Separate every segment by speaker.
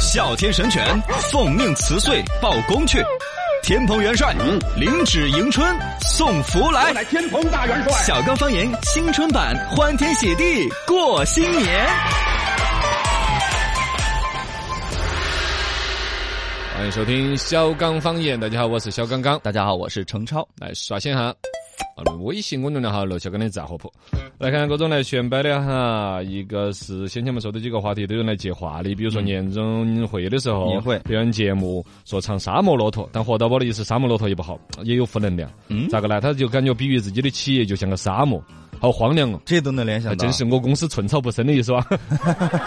Speaker 1: 哮天神犬，奉命辞岁报功去。天蓬元帅，领旨迎春，送福来。
Speaker 2: 乃天蓬大元帅。
Speaker 1: 小刚方言新春版，欢天喜地过新年。
Speaker 3: 欢迎收听小刚方言，大家好，我是小刚刚，
Speaker 1: 大家好，我是程超。
Speaker 3: 来刷新哈。啊，微信公众号“楼小刚的杂货铺”，来看看各种来选摆的哈。一个是先前我们说的几个话题都有来接话的，比如说年终会的时候，
Speaker 1: 年会
Speaker 3: 表演节目说唱沙漠骆驼，但活到饱的意思，沙漠骆驼也不好，也有负能量。
Speaker 1: 嗯
Speaker 3: 咋个呢？他就感觉比喻自己的企业就像个沙漠，好荒凉哦。
Speaker 1: 这都能联想
Speaker 3: 还
Speaker 1: 到，
Speaker 3: 真是我公司寸草不生的意思 哇！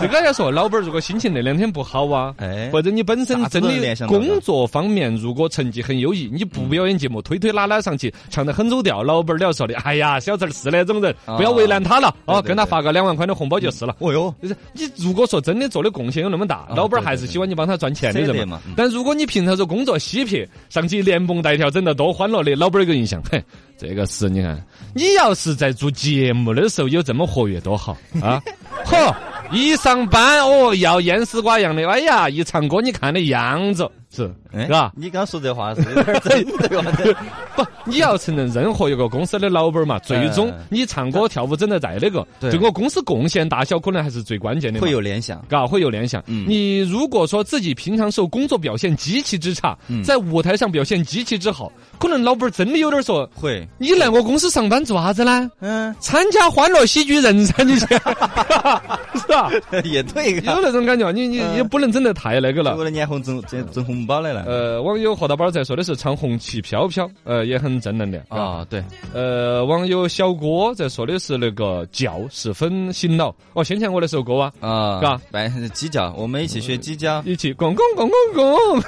Speaker 3: 就刚才说，老板如果心情那两天不好啊，
Speaker 1: 哎
Speaker 3: 或者你本身
Speaker 1: 咋子
Speaker 3: 真
Speaker 1: 都能联
Speaker 3: 的
Speaker 1: 想到的
Speaker 3: 工作方面如果成绩很优异，你不表演节目，推推拉拉上去，唱得很走调，老板儿了说的，哎呀，小陈儿是那种人，不要为难他了，
Speaker 1: 啊
Speaker 3: 哦，
Speaker 1: 对对
Speaker 3: 跟他
Speaker 1: 对
Speaker 3: 发个两万块的红包就是了。
Speaker 1: 哦哟，哦
Speaker 3: 就是你如果说真的做的贡献有那么大，老板儿还是希望你帮他赚钱的
Speaker 1: 对对
Speaker 3: 人嘛
Speaker 1: 对对嘛嗯。
Speaker 3: 但如果你平常说工作嬉皮，上去连蹦带跳，整得多欢乐的，老板儿有个印象， 嘿，这个是你看，你要是在做节目的时候有这么活跃多好 啊！嚯，一上班哦，要烟丝瓜样的，哎呀，一唱歌你看的样子是
Speaker 1: 哎
Speaker 3: 是吧？
Speaker 1: 你刚说这话是有点真的对吧？
Speaker 3: 不，你要承认任何一个公司的老板儿嘛，最终
Speaker 1: 嗯
Speaker 3: 你唱歌跳舞整得再那个，
Speaker 1: 对
Speaker 3: 对我公司贡献大小可能还是最关键的嘛。
Speaker 1: 会有联想，
Speaker 3: 嘎，会有联想。
Speaker 1: 嗯
Speaker 3: 你如果说自己平常时候工作表现极其之差，
Speaker 1: 嗯
Speaker 3: 在舞台上表现极其之好，可能老板儿真的有点儿说，
Speaker 1: 会，
Speaker 3: 你来我公司上班做啥子呢？
Speaker 1: 嗯，
Speaker 3: 参加欢乐喜剧人噻，你去， 是吧？
Speaker 1: 也对
Speaker 3: 有
Speaker 1: 啊，
Speaker 3: 那种感觉，你你
Speaker 1: 嗯
Speaker 3: 也不能整得太那个
Speaker 1: 是
Speaker 3: 了。
Speaker 1: 为了年红整整整红包来了。
Speaker 3: 呃，网友何大宝在说的是唱红旗飘飘，呃，也很正能量啊。
Speaker 1: 啊，对，
Speaker 3: 呃，网友小郭在说的是那个觉是分醒脑，哦，先前我那首歌啊，
Speaker 1: 啊，
Speaker 3: 是吧？
Speaker 1: 白鸡脚，我们一起学鸡脚。
Speaker 3: 一起拱拱拱拱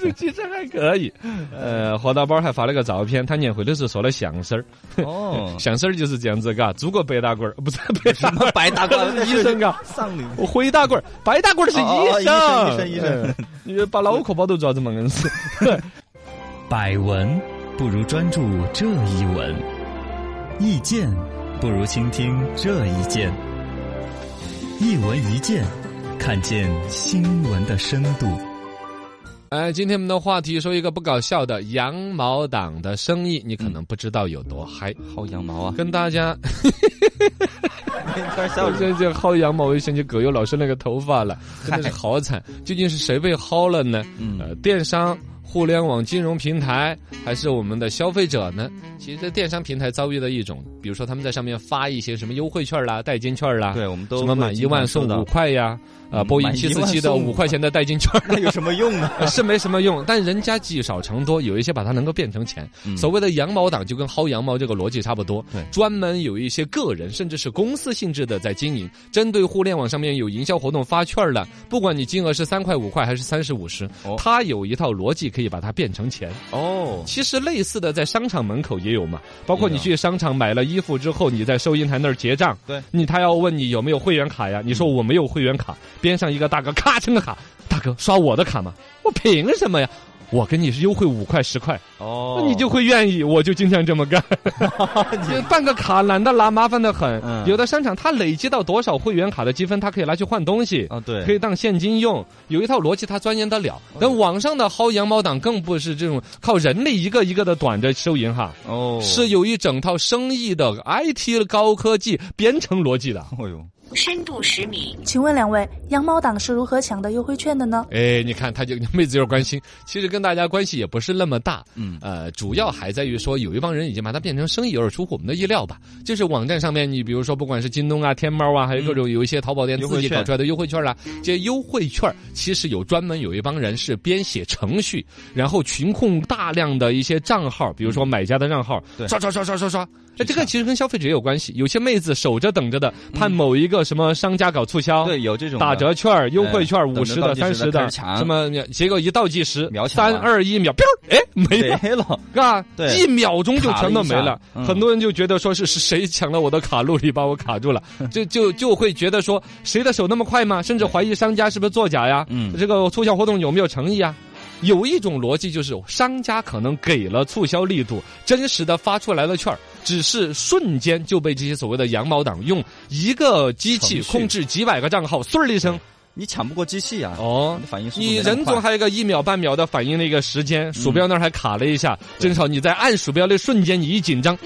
Speaker 3: 拱， 其实还可以。呃，何大宝还发了个照片，他年会的时候说了相声儿，，
Speaker 1: 哦
Speaker 3: 相声儿就是这样子，嘎，拄个白大褂儿，不是白大
Speaker 1: 什么
Speaker 3: 褂
Speaker 1: 白大 褂
Speaker 3: 儿，医生嘎，
Speaker 1: 上流。
Speaker 3: 我灰大褂儿，白大褂儿是
Speaker 1: 哦哦
Speaker 3: 医
Speaker 1: 医生医
Speaker 3: 生，
Speaker 1: 生医
Speaker 3: 生，你把脑壳包都抓子嘛，硬是。
Speaker 4: 百闻不如专注这一闻，意见不如倾听这一见。一闻一见，看见新闻的深度。
Speaker 3: 哎，今天我们的话题说一个不搞笑的羊毛党的生意，你可能不知道有多嗨，
Speaker 1: 薅羊毛 啊！
Speaker 3: 跟大家
Speaker 1: 开玩笑
Speaker 3: 我，这这薅羊毛，我又想起葛优老师那个头发了，真的是好惨。究竟是谁被薅了呢？
Speaker 1: 嗯
Speaker 3: 呃，电商、互联网金融平台，还是我们的消费者呢？其实电商平台遭遇的一种，比如说他们在上面发一些什么优惠券啦、代金券啦，
Speaker 1: 对，我们都
Speaker 3: 什么满一万送 五，块呀，啊，
Speaker 1: 嗯
Speaker 3: 波音
Speaker 1: 满
Speaker 3: 七
Speaker 1: 一
Speaker 3: 四
Speaker 1: 万
Speaker 3: 七的
Speaker 1: 送
Speaker 3: 五块钱的代金券。
Speaker 1: 那有什么用呢？
Speaker 3: 呃是没什么用，但人家积少成多，有一些把它能够变成钱。
Speaker 1: 嗯
Speaker 3: 所谓的羊毛党就跟薅羊毛这个逻辑差不多
Speaker 1: 对，
Speaker 3: 专门有一些个人甚至是公司性质的在经营，针对互联网上面有营销活动发券儿了，不管你金额是三块五块还是三十五十
Speaker 1: 哦，
Speaker 3: 它有一套逻辑可以把它变成钱。
Speaker 1: 哦，
Speaker 3: 其实类似的在商场门口也有嘛，包括
Speaker 1: 也有
Speaker 3: 你去商场买了衣服之后，你在收银台那儿结账，
Speaker 1: 对嗯
Speaker 3: 你他要问你有没有会员卡呀？你说我没有会员卡，边上一个大哥咔撑个卡，大哥刷我的卡嘛，我凭什么呀？我给你是优惠五块十块，
Speaker 1: 哦，
Speaker 3: 那你 就会愿意，我就经常这么干。就办个卡懒得拿，麻烦的很。
Speaker 1: 嗯
Speaker 3: 有的商场它累积到多少会员卡的积分，它可以拿去换东西。
Speaker 1: 啊，对，哦
Speaker 3: 可以当现金用，有一套逻辑，它钻研得了。但网上的薅羊毛党更不是这种靠人力一个一个的短着收银哈，
Speaker 1: 哦，
Speaker 3: 是，有一整套生意的 IT 高科技编程逻辑的。
Speaker 1: 哦呦，
Speaker 5: 深度十米，
Speaker 6: 请问两位，羊毛党是如何抢的优惠券的呢？
Speaker 3: 哎，你看，他就 妹子有点关心，其实跟大家关系也不是那么大。
Speaker 1: 嗯，
Speaker 3: 呃，主要还在于说，有一帮人已经把它变成生意，有点出乎我们的意料吧。就是网站上面，你比如说，不管是京东啊、天猫啊，还有各种有一些淘宝店
Speaker 1: 优惠
Speaker 3: 自己搞
Speaker 1: 券
Speaker 3: 出来的优惠券啦、这些优惠券儿其实有专门有一帮人是编写程序，然后群控大量的一些账号，比如说买家的账号，
Speaker 1: 对
Speaker 3: 刷刷刷刷刷刷。哎，这个其实跟消费者也有关系。有些妹子守着等着的，盼某一个什么商家搞促
Speaker 2: 哦
Speaker 3: 销，
Speaker 1: 嗯对，有这种的哎
Speaker 3: 打折券儿、优惠券儿，
Speaker 1: 等着
Speaker 3: 五十
Speaker 1: 倒
Speaker 3: 的、
Speaker 1: 计时的
Speaker 3: 三十
Speaker 1: 开
Speaker 3: 的，
Speaker 1: 始抢
Speaker 3: 什么？呃结果一倒计时
Speaker 1: 秒，抢
Speaker 3: 三
Speaker 1: 完
Speaker 3: 二一秒，彪儿，哎，没 了，
Speaker 1: 没了，
Speaker 3: 嘎，
Speaker 1: 对
Speaker 3: 一秒钟就全都没
Speaker 1: 卡了
Speaker 3: 了
Speaker 1: 一下嗯。
Speaker 3: 很多人就觉得说是是谁抢了我的卡路里，把我 卡住了，就就就会觉得说谁的手那么快吗？甚至怀疑商家是不是作假呀？
Speaker 1: 嗯
Speaker 3: 这个促销活动有没有诚意啊？有一种逻辑就是，商家可能给了促销力度，真实的发出来了券儿，只是瞬间就被这些所谓的羊毛党用一个机器
Speaker 1: 程序
Speaker 3: 控制几百个账号，嗖儿一声
Speaker 2: 你抢不过机器啊。
Speaker 3: 哦
Speaker 2: 你的反应速度没
Speaker 3: 你
Speaker 2: 那么
Speaker 3: 人总
Speaker 2: 快嗯
Speaker 3: 还有一个一秒半秒的反应的一个时间，鼠标那儿还卡了一下，正好你在按鼠标的瞬间，你一 紧张，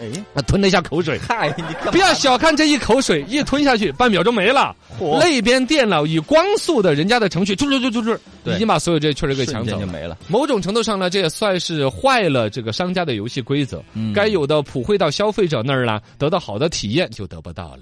Speaker 2: 哎，
Speaker 3: 啊吞了一下口水。
Speaker 2: 嗨，你干嘛
Speaker 3: 不要小看这一口水，一吞下去，半秒钟没了。
Speaker 2: 嚯
Speaker 3: 那边电脑以光速的人家的程序，突突突突突，
Speaker 2: 对
Speaker 3: 已经把所有这些确实给抢
Speaker 2: 瞬
Speaker 3: 走
Speaker 2: 间就
Speaker 3: 了。
Speaker 2: 没了。
Speaker 3: 某种程度上呢，这也算是坏了这个商家的游戏规则。
Speaker 2: 嗯
Speaker 3: 该有的普惠到消费者那儿呢，得到好的体验就得不到了。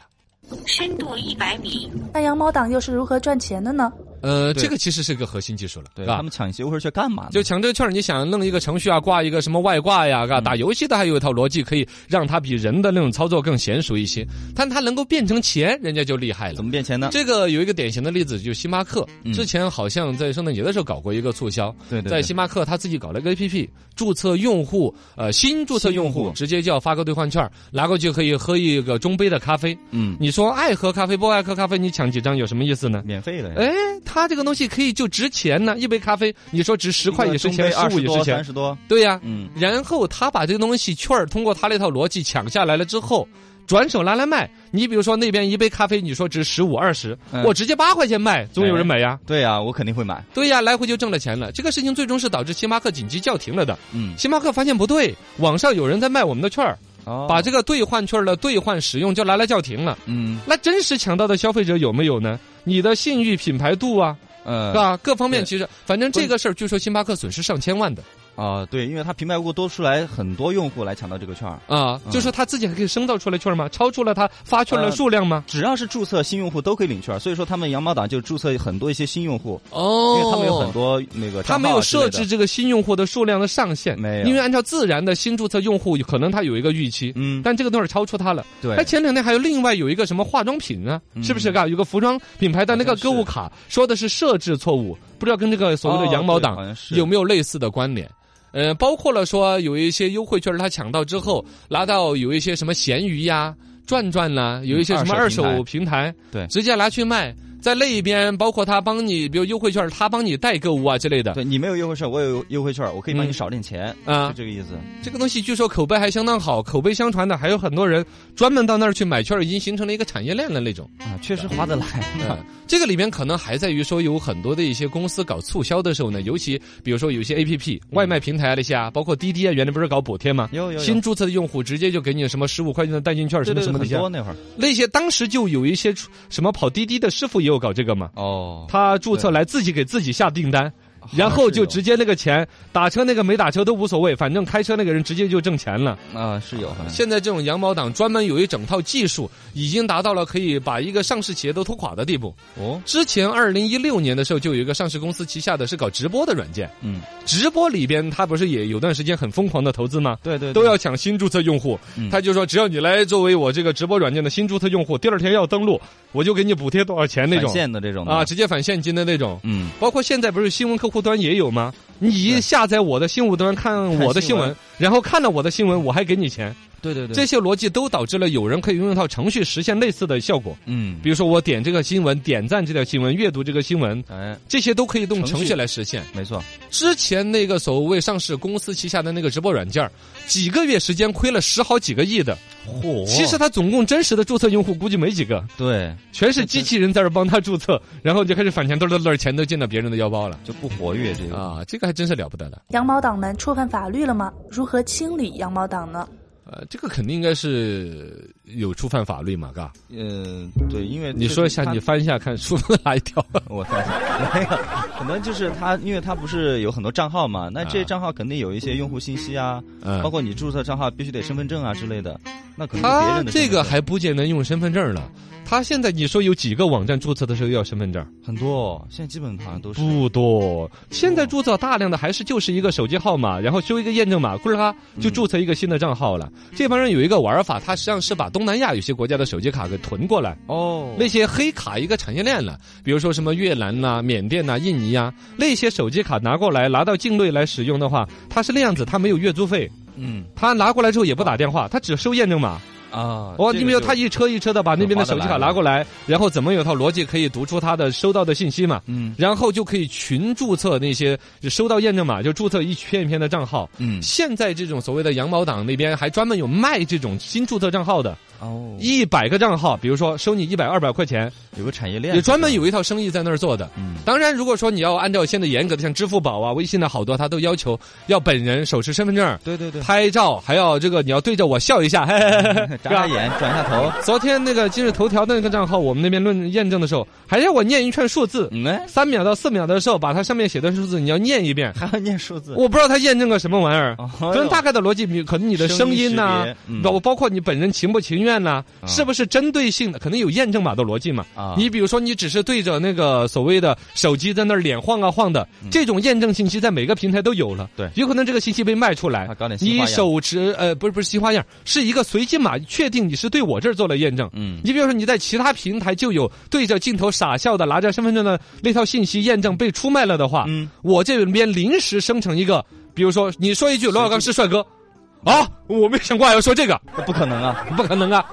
Speaker 5: 深度一百米，
Speaker 6: 那羊毛党又是如何赚钱的呢？
Speaker 3: 呃，
Speaker 2: 对
Speaker 3: 这个其实是个核心技术了，
Speaker 2: 对
Speaker 3: 是吧
Speaker 2: 他们抢优惠券干嘛呢？
Speaker 3: 就强制券，你想弄一个程序啊，挂一个什么外挂呀，
Speaker 2: 嗯
Speaker 3: 嘎，打游戏的还有一套逻辑，可以让它比人的那种操作更娴熟一些。但它能够变成钱，人家就厉害了
Speaker 2: 怎。么变钱呢？
Speaker 3: 这个有一个典型的例子，就是星巴克
Speaker 2: 嗯
Speaker 3: 之前好像在圣诞节的时候搞过一个促销，
Speaker 2: 对对对
Speaker 3: 在星巴克他自己搞了一个 APP，注册用户呃新注册
Speaker 2: 新
Speaker 3: 用
Speaker 2: 用
Speaker 3: 户
Speaker 2: 户
Speaker 3: 直接就要发个兑换券，拿过去可以喝一个中杯的咖啡。
Speaker 2: 嗯，
Speaker 3: 你说爱喝咖啡不爱喝咖啡，你抢几张有什么意思呢？
Speaker 2: 免费的呀。
Speaker 3: 哎，它这个东西可以就值钱呢，一杯咖啡，你说值十块也是钱，
Speaker 2: 二
Speaker 3: 十五也是
Speaker 2: 三
Speaker 3: 钱，
Speaker 2: 十多，
Speaker 3: 对呀、
Speaker 2: 嗯，
Speaker 3: 然后他把这个东西券儿通过他那套逻辑抢下来了之后，转手拿来卖。你比如说那边一杯咖啡，你说值十五二十
Speaker 2: 嗯，
Speaker 3: 我直接八块钱卖，总有人买呀。
Speaker 2: 对啊，我肯定会买。
Speaker 3: 对呀，来回就挣了钱了。这个事情最终是导致星巴克紧急叫停了的。
Speaker 2: 嗯，
Speaker 3: 星巴克发现不对，网上有人在卖我们的券儿，
Speaker 2: 哦
Speaker 3: 把这个兑换券儿的兑换使用就拿来叫停了。
Speaker 2: 嗯
Speaker 3: 那真实抢到的消费者有没有呢？你的信誉、品牌度啊，
Speaker 2: 呃
Speaker 3: 是吧？各方面
Speaker 2: 对
Speaker 3: 其实，反正这个事儿，据说星巴克损失上千万的
Speaker 2: 啊，对，因为他平白无故多出来很多用户来抢到这个券儿，
Speaker 3: 啊。就说他自己还可以生造出来券儿吗？超出了他发券儿的
Speaker 2: 呃
Speaker 3: 数量吗？
Speaker 2: 只要是注册新用户都可以领券儿，所以说他们羊毛党就注册很多一些新用户，因
Speaker 3: 哦
Speaker 2: 为他们有很，多那个
Speaker 3: 他
Speaker 2: 账
Speaker 3: 没
Speaker 2: 号啊
Speaker 3: 有
Speaker 2: 之类
Speaker 3: 设
Speaker 2: 的
Speaker 3: 置，这个新用户的数量的上限，
Speaker 2: 没有
Speaker 3: 因为按照自然的新注册用户，可能他有一个预期。
Speaker 2: 嗯，
Speaker 3: 但这个东西超出他了。
Speaker 2: 对嗯
Speaker 3: 哎，前两天还有另外有一个什么化妆品啊，是不是？嘎，有个服装品牌的那个
Speaker 2: 好像是
Speaker 3: 购物卡说的是设置错误，不知道跟这个所谓的羊毛党
Speaker 2: 哦对好像是
Speaker 3: 有没有类似的关联？呃，包括了说有一些优惠券，他抢到之后拿到有一些什么闲鱼呀、转转啦，有一些什么
Speaker 2: 嗯
Speaker 3: 二
Speaker 2: 二手
Speaker 3: 手
Speaker 2: 平台
Speaker 3: 平台，
Speaker 2: 对
Speaker 3: 直接拿去卖。在那一边，包括他帮你，比如优惠券，他帮你代购物啊之类的
Speaker 2: 对你没有优惠券儿，我有优惠券儿，我可以帮
Speaker 3: 嗯
Speaker 2: 你少点钱，
Speaker 3: 啊
Speaker 2: 就。这个意思。
Speaker 3: 这个东西据说口碑还相当好，口碑相传的还有很多人专门到那儿去买券，已经形成了一个产业链的那种。
Speaker 2: 啊，确实划得来。
Speaker 3: 啊，这个里面可能还在于说，有很多的一些公司搞促销的时候呢，尤其比如说有一些 A P P 外卖平台啊那些啊，包括滴滴啊，原来不是搞补贴吗？
Speaker 2: 嗯有有有
Speaker 3: 新注册的用户直接就给你什么十五块钱的代金券，什
Speaker 2: 对
Speaker 3: 么
Speaker 2: 对
Speaker 3: 什么那
Speaker 2: 很
Speaker 3: 些啊
Speaker 2: 多，那会儿
Speaker 3: 那些当时就有一些出什么跑滴滴的师傅也有搞这个嘛，
Speaker 2: 哦，
Speaker 3: 他注册来自己给自己下订单。
Speaker 2: 啊
Speaker 3: 然后就直接那个钱打车那个没打车都无所谓，反正开车那个人直接就挣钱了。
Speaker 2: 啊是有，好像
Speaker 3: 现在这种羊毛党专门有一整套技术，已经达到了可以把一个上市企业都拖垮的地步。
Speaker 2: 哦，
Speaker 3: 之前二零一六年的时候，就有一个上市公司旗下的是搞直播的软件，
Speaker 2: 嗯，
Speaker 3: 直播里边它不是也有段时间很疯狂的投资吗？
Speaker 2: 对对
Speaker 3: 都要抢新注册用户，
Speaker 2: 嗯
Speaker 3: 他就说只要你来作为我这个直播软件的新注册用户，第二天要登录，我就给你补贴多少钱那
Speaker 2: 返
Speaker 3: 种
Speaker 2: 现的这种的
Speaker 3: 啊，，直接返现金的那种。
Speaker 2: 嗯，
Speaker 3: 包括现在不是新闻客户端也有吗？你
Speaker 2: 对
Speaker 3: 下载我的新闻端看我
Speaker 2: 看
Speaker 3: 的
Speaker 2: 新
Speaker 3: 新
Speaker 2: 闻
Speaker 3: 闻，然后看了我的新闻，我还给你钱，
Speaker 2: 对对对
Speaker 3: 这些逻辑都导致了有人可以用一套程序实现类似的效果。
Speaker 2: 嗯，
Speaker 3: 比如说我点这个新闻，点赞这条新闻，阅读这个新闻，
Speaker 2: 哎，
Speaker 3: 这些都可以用
Speaker 2: 程序
Speaker 3: 程序来实现。
Speaker 2: 没错，
Speaker 3: 之前那个所谓上市公司旗下的那个直播软件儿，几个月时间亏了十好几个亿的。
Speaker 2: 嚯
Speaker 3: 其实它总共真实的注册用户估计没几个，
Speaker 2: 对
Speaker 3: 全 是机器人在这儿帮他注 册，然后就开始返钱，嘚嘚嘚，钱都进到别人的腰包了。
Speaker 2: 就不活跃这个，
Speaker 3: 啊，这个还真是了不得了。
Speaker 6: 羊毛党们触犯法律了吗？如何清理羊毛党呢？
Speaker 3: 呃，这个肯定应该是有触犯法律嘛，嘎？
Speaker 2: 嗯，对，因为
Speaker 3: 你说一下，你
Speaker 2: 就是
Speaker 3: 翻一下看，触犯哪一条？
Speaker 2: 他我发现没有，可能就是他，因为他不是有很多账号嘛，那这些账号肯定有一些用户信息啊，
Speaker 3: 啊嗯
Speaker 2: 包括你注册账号必须得身份证啊之类的，那可能是别
Speaker 3: 他
Speaker 2: 人的身
Speaker 3: 这
Speaker 2: 份
Speaker 3: 个
Speaker 2: 证
Speaker 3: 还不见得用身份证了。他现在你说有几个网站注册的时候要身份证？
Speaker 2: 很多哦，现在基本好像都是
Speaker 3: 不多，现在注册大量的还是就是一个手机号码，然后修一个验证码，咕啦就注册一个新的账号了。这帮人有一个玩法，他实际上是把东南亚有些国家的手机卡给囤过来，
Speaker 2: 哦
Speaker 3: 那些黑卡一个产业链了，比如说什么越南呐、缅甸呐、印尼啊，那些手机卡拿过来拿到境内来使用的话，它是那样子，它没有月租费，
Speaker 2: 嗯
Speaker 3: 他拿过来之后也不打电话，他只收验证码。
Speaker 2: 啊
Speaker 3: 哦，
Speaker 2: 这
Speaker 3: 你
Speaker 2: 个
Speaker 3: 没有，
Speaker 2: 就
Speaker 3: 他一车一车的把那边的手机卡拿过来，然后怎么有套逻辑可以读出他的收到的信息嘛？
Speaker 2: 嗯
Speaker 3: 然后就可以群注册那些就收到验证码，就注册一篇一篇的账号。
Speaker 2: 嗯
Speaker 3: 现在这种所谓的羊毛党那边还专门有卖这种新注册账号的，
Speaker 2: 哦，
Speaker 3: 一百个账号，比如说收你一百二百块钱，
Speaker 2: 有个产业链，
Speaker 3: 也专门有一套生意在那儿做的。
Speaker 2: 啊嗯
Speaker 3: 当然，如果说你要按照现在严格的，像支付宝啊、微信的好多，它都要求要本人手持身份证、
Speaker 2: 对对对，
Speaker 3: 拍照，还要这个你要对着我笑一下，嘿嘿嘿嘿，
Speaker 2: 眨
Speaker 3: 是
Speaker 2: 眨
Speaker 3: 吧
Speaker 2: 眼，转一下头，
Speaker 3: 昨天那个今日头条的那个账号，我们那边论验证的时候，还让我念一串数字，
Speaker 2: 嗯，哎
Speaker 3: 三秒到四秒的时候，把它上面写的数字你要念一遍。
Speaker 2: 还要念数字，
Speaker 3: 我不知道它验证个什么玩意儿，
Speaker 2: 哦
Speaker 3: 反正大概的逻辑，比可能你的
Speaker 2: 声
Speaker 3: 声
Speaker 2: 音
Speaker 3: 音
Speaker 2: 识
Speaker 3: 呐、
Speaker 2: 别嗯
Speaker 3: 包、包括你本人情不情愿呐、
Speaker 2: 啊
Speaker 3: 是不是针对性的，可能有验证码的逻辑嘛。
Speaker 2: 啊
Speaker 3: 你比如说，你只是对着那个所谓的手机在那儿脸晃啊晃的，这种验证信息在每个平台都有了。
Speaker 2: 嗯对
Speaker 3: 有可能这个信息被卖出来
Speaker 2: 啊搞点，新花
Speaker 3: 你
Speaker 2: 样
Speaker 3: 手持呃不是不是新花样，是一个随机码，确定你是对我这儿做了验证。
Speaker 2: 嗯
Speaker 3: 你比如说，你在其他平台就有对着镜头傻笑的拿着身份证的那套信息验证被出卖了的话，
Speaker 2: 嗯
Speaker 3: 我这边临时生成一个，比如说你说一句罗小刚是帅哥，啊，我没想过还要说这个，
Speaker 2: 那不可能啊，
Speaker 3: 不可能啊，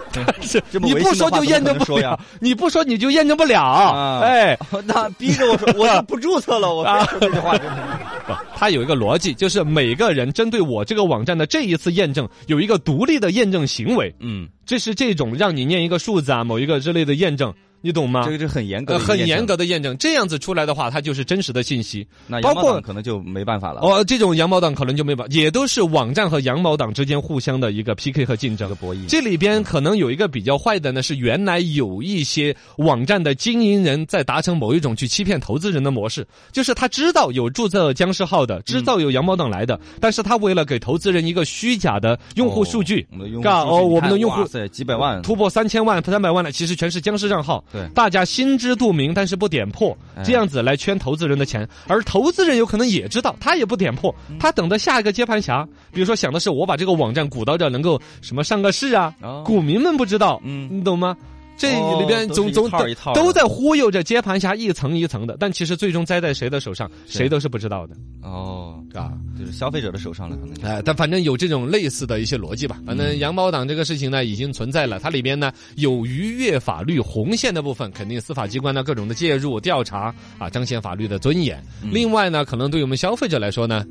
Speaker 3: 是
Speaker 2: 这么
Speaker 3: 你
Speaker 2: 违
Speaker 3: 不
Speaker 2: 心的
Speaker 3: 说
Speaker 2: 话
Speaker 3: 就验
Speaker 2: 怎
Speaker 3: 证
Speaker 2: 么可能
Speaker 3: 不
Speaker 2: 说呀
Speaker 3: 了，你不说你就验证不了，
Speaker 2: 啊
Speaker 3: 哎。
Speaker 2: 那逼着我说，我就不注册了，我
Speaker 3: 啊
Speaker 2: 非说这句话，真的
Speaker 3: 不，它有一个逻辑，就是每个人针对我这个网站的这一次验证，有一个独立的验证行为，
Speaker 2: 嗯，
Speaker 3: 这是这种让你念一个数字啊，某一个之类的验证，你懂吗？
Speaker 2: 这个是很严格
Speaker 3: 呃，
Speaker 2: 的，
Speaker 3: 很严。格的验证，这样子出来的话，它就是真实的信息。
Speaker 2: 那
Speaker 3: 包
Speaker 2: 羊毛
Speaker 3: 括
Speaker 2: 党可能就没办法了，
Speaker 3: 哦，这种羊毛党可能就没把，也都是网站和羊毛党之间互相的一个 PK 和竞
Speaker 2: 这
Speaker 3: 争
Speaker 2: 个。博弈，
Speaker 3: 这里边可能有一个比较坏的呢，是原来有一些网站的经营人在达成某一种去欺骗投资人的模式，就是他知道有注册僵尸号的，知道有羊毛党来的，但是他为了给投资人一个虚假的用户数据
Speaker 2: 哦，我们的用户
Speaker 3: 嘎
Speaker 2: 数据
Speaker 3: 哦，
Speaker 2: 你
Speaker 3: 我们
Speaker 2: 看
Speaker 3: 的用户
Speaker 2: 哇塞几百万，
Speaker 3: 突破三千万、三百万了，其实全是僵尸账号。
Speaker 2: 对
Speaker 3: 大家心知肚明，但是不点破，
Speaker 2: 哎
Speaker 3: 这样子来圈投资人的钱。而投资人有可能也知道，他也不点破，
Speaker 2: 嗯
Speaker 3: 他等着下一个接盘侠，比如说想的是我把这个网站鼓捣着能够什么上个市啊，
Speaker 2: 哦
Speaker 3: 股民们不知道，
Speaker 2: 嗯
Speaker 3: 你懂吗？这
Speaker 2: 哦
Speaker 3: 里边
Speaker 2: 都是
Speaker 3: 总
Speaker 2: 一
Speaker 3: 总
Speaker 2: 套
Speaker 3: 都
Speaker 2: 一套的
Speaker 3: 都在忽悠着接盘侠一层一层的，但其实最终栽在谁的手上，
Speaker 2: 是
Speaker 3: 谁都是不知道的
Speaker 2: 哦，
Speaker 3: 啊。
Speaker 2: 就是消费者的手上了，可能就
Speaker 3: 哎，但反正有这种类似的一些逻辑吧。反正羊毛党这个事情呢，已经存在了，它里边呢有逾越法律红线的部分，肯定司法机关呢各种的介入调查啊，彰显法律的尊严。另外呢，可能对我们消费者来说呢，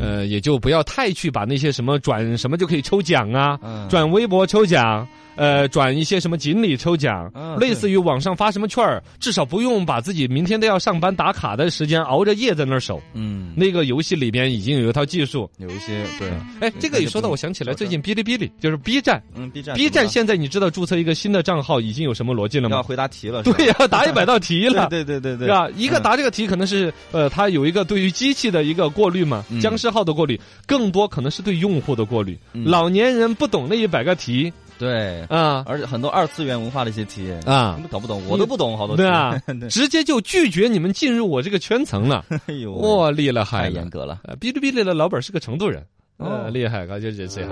Speaker 3: 呃，也就不要太去把那些什么转什么就可以抽奖啊，
Speaker 2: 嗯
Speaker 3: 转微博抽奖。呃，转一些什么锦鲤抽奖，
Speaker 2: 嗯
Speaker 3: 类似于网上发什么券儿，至少不用把自己明天都要上班打卡的时间熬着夜在那儿守。
Speaker 2: 嗯，
Speaker 3: 那个游戏里边已经有一套技术，
Speaker 2: 有一些对，
Speaker 3: 哎，这个
Speaker 2: 那
Speaker 3: 也
Speaker 2: 就
Speaker 3: 说到，
Speaker 2: 不
Speaker 3: 我想起来，
Speaker 2: 挑
Speaker 3: 最近哔哩哔哩就是 B 站
Speaker 2: 嗯，B 站
Speaker 3: ，B 站
Speaker 2: 怎
Speaker 3: 现在你知道注册一个新的账号已经有什么逻辑了
Speaker 2: 么了要
Speaker 3: 吗？
Speaker 2: 回答题了，是吧
Speaker 3: 对呀、答一百道题了。
Speaker 2: 对对对对嗯
Speaker 3: 是
Speaker 2: 对，
Speaker 3: 吧？一个答这个题可能是呃，它有一个对于机器的一个过滤嘛，
Speaker 2: 嗯
Speaker 3: 僵尸号的过滤，更多可能是对用户的过滤。
Speaker 2: 嗯
Speaker 3: 老年人不懂那一百个题
Speaker 2: 对，
Speaker 3: 啊
Speaker 2: 而且很多二次元文化的一些题，
Speaker 3: 啊
Speaker 2: 你，们搞不懂，我都不懂好多题，
Speaker 3: 对啊
Speaker 2: 对，
Speaker 3: 直接就拒绝你们进入我这个圈层了，
Speaker 2: 哎呦喂，
Speaker 3: 哇，厉了害
Speaker 2: 太
Speaker 3: 了
Speaker 2: 严格了，
Speaker 3: 呃，哔哩哔哩的老板是个成都人，
Speaker 2: 哦
Speaker 3: 呃，厉害，啊，就是这样。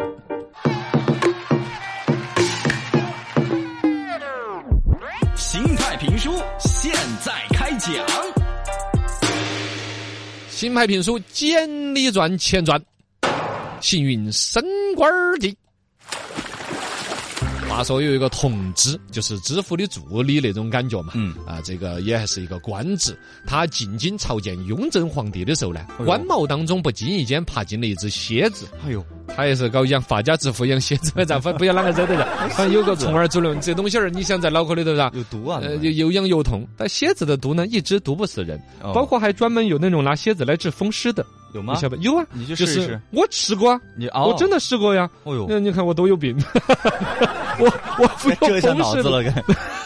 Speaker 1: 心态评书现在开讲。
Speaker 3: 新派评书《千里传》前传，幸运升官儿的。话说有一个同知，就是知府的助理那种感觉嘛。
Speaker 2: 嗯
Speaker 3: 啊，这个也还是一个官职。他进京朝见雍正皇帝的时候呢，
Speaker 2: 呦
Speaker 3: 官帽当中不经意间爬进了一只蝎子。
Speaker 2: 哎呦，
Speaker 3: 他也是搞养发家致富，养蝎子，咱不不要啷个惹得着。 反正有个虫儿主任，这东西儿你想在脑壳里头噻，
Speaker 2: 有毒啊，
Speaker 3: 呃，
Speaker 2: 你们
Speaker 3: 又又痒又痛。但蝎子的毒呢，一直毒不死人，
Speaker 2: 哦
Speaker 3: 包括还专门有那种拿蝎子来治风湿的。
Speaker 2: 有吗
Speaker 3: 你？晓得有啊，
Speaker 2: 你去
Speaker 3: 就
Speaker 2: 试一
Speaker 3: 是
Speaker 2: 试，
Speaker 3: 我吃过啊，
Speaker 2: 你哦，
Speaker 3: 我真，的试过呀。
Speaker 2: 哎呦，
Speaker 3: 那你看我都 有病，我我服
Speaker 2: 折
Speaker 3: 用
Speaker 2: 一下
Speaker 3: 风
Speaker 2: 脑
Speaker 3: 湿
Speaker 2: 子 了，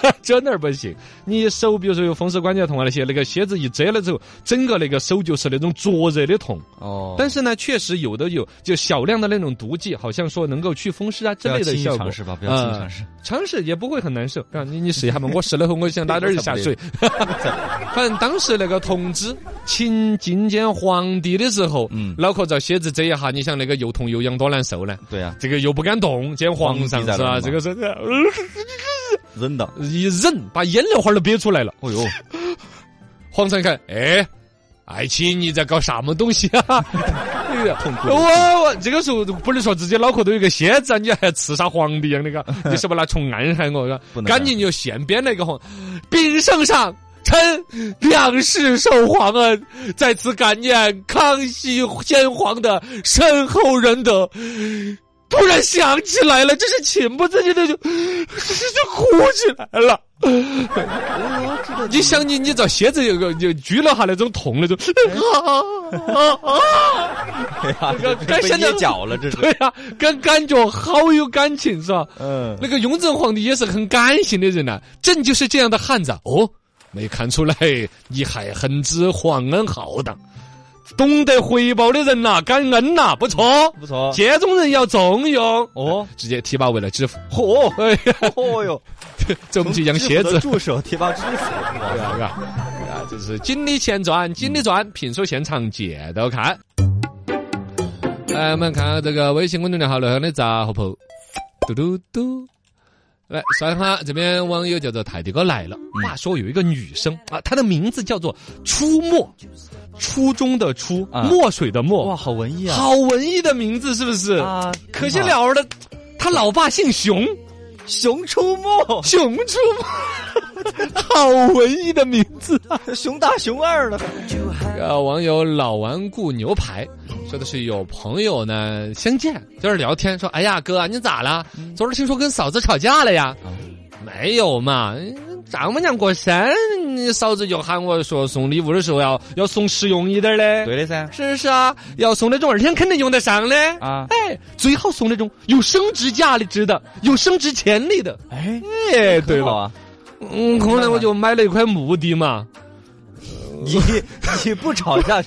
Speaker 2: 该，
Speaker 3: 这哪儿不行？你手比如说有风湿关节痛啊那些，那个蝎子一蛰了之后，整个那个手就是那种灼热的痛。
Speaker 2: 哦，
Speaker 3: 但是呢，确实有的有就少量的那种毒剂，好像说能够去风湿啊之
Speaker 2: 不要
Speaker 3: 类
Speaker 2: 轻
Speaker 3: 的
Speaker 2: 易
Speaker 3: 效果嗯
Speaker 2: 尝。试吧，不要轻易尝试，
Speaker 3: 尝试也不会很难受，啊，你你试一下嘛。我试了后，我想打点儿就下水。 反正当时那个同知请觐见皇帝的时候，
Speaker 2: 嗯
Speaker 3: 脑壳遭蝎子蛰一下，你想那个又痛又痒，多难受呢？
Speaker 2: 对呀，
Speaker 3: 这个又不敢动，见皇
Speaker 2: 皇
Speaker 3: 上
Speaker 2: 帝在
Speaker 3: 是
Speaker 2: 那
Speaker 3: 吧？
Speaker 2: 儿嘛
Speaker 3: 这个是、呃
Speaker 2: 扔 的，
Speaker 3: 一忍，把烟泪花儿都憋出来了。
Speaker 2: 哎呦，
Speaker 3: 皇上一看，哎，爱卿你在搞什么东西啊？ 哎呀
Speaker 2: 痛苦
Speaker 3: 我我这个时候不能说自己脑壳都有个蝎子啊，你还刺杀皇帝一样的 嘎，你是不是拿虫暗害我？嘎
Speaker 2: 不能啊
Speaker 3: 赶紧就现编了一个皇，禀圣上。臣两世受皇恩，在此感念康熙先皇的深厚仁德，突然想起来了，真是情不自禁的就 就哭起来了。你想你你遭蝎子有个就蛀了哈那种痛 那种，啊啊啊！
Speaker 2: 该
Speaker 3: 现在
Speaker 2: 捏脚了，这是
Speaker 3: 对哎呀、跟感觉好有感情是吧？
Speaker 2: 嗯
Speaker 3: 那个雍正皇帝也是很感性的人呐、朕就是这样的汉子啊哦。没看出来，你还很知皇恩浩荡，懂得回报的人呐、感恩呐、不错，
Speaker 2: 不 错
Speaker 3: 这种人要重用。
Speaker 2: 哦，
Speaker 3: 直接提拔为了知府，
Speaker 2: 嚯、
Speaker 3: 哎呀，
Speaker 2: 哦哟，
Speaker 3: 这我们去养
Speaker 2: 知
Speaker 3: 蝎子
Speaker 2: 府的，助手提拔知府，
Speaker 3: 对啊，对啊，对啊，这是锦里前传，锦里
Speaker 2: 嗯
Speaker 3: 传，评书现场见到看。来，我们看看这个微信公众号“刘向的杂货铺”，嘟嘟嘟。来，刷一下这边网友叫做泰迪哥来了。
Speaker 2: 嗯
Speaker 3: 话说有一个女生啊，她的名字叫做出墨，初中的初，
Speaker 2: 啊
Speaker 3: 墨水的墨，
Speaker 2: 哇，好文艺啊！
Speaker 3: 好文艺的名字是不是？
Speaker 2: 啊，
Speaker 3: 可惜了儿的，他老爸姓熊，
Speaker 2: 熊出没，
Speaker 3: 熊出没， 好文艺的名字啊！
Speaker 2: 熊大熊二了，
Speaker 3: 呃，网友老顽固牛排
Speaker 2: 嗯
Speaker 3: 说的是有朋友呢相见，就是聊天说：“哎呀，哥啊，你咋了？
Speaker 2: 嗯
Speaker 3: 昨儿听说跟嫂子吵架了
Speaker 2: 啊
Speaker 3: 呀？”没有嘛，嗯丈母娘过生，你嫂子就喊我说送礼物的时候要要送实用一点的。
Speaker 2: 对的噻，
Speaker 3: 是不是啊？要送那种二天肯定用得上的
Speaker 2: 啊
Speaker 3: 哎，最好送那种有升值价值的、有升值潜力的。
Speaker 2: 哎，
Speaker 3: 哎， 对
Speaker 2: 很好
Speaker 3: 了，
Speaker 2: 啊，
Speaker 3: 嗯，后来我就买了一块墓地嘛，
Speaker 2: 你你不吵 架，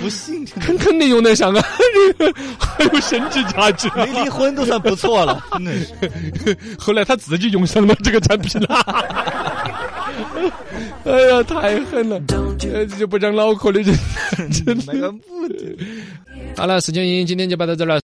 Speaker 2: 不信这个
Speaker 3: 肯肯定用得上啊，还有升值价值。
Speaker 2: 没离婚都算不错了，真的是。
Speaker 3: 后来他自己用上了这个产品了。哎呀，太狠了！呃这就不长脑壳的人，真的。
Speaker 2: 买个不
Speaker 3: 好了，时间今天就报到这儿了。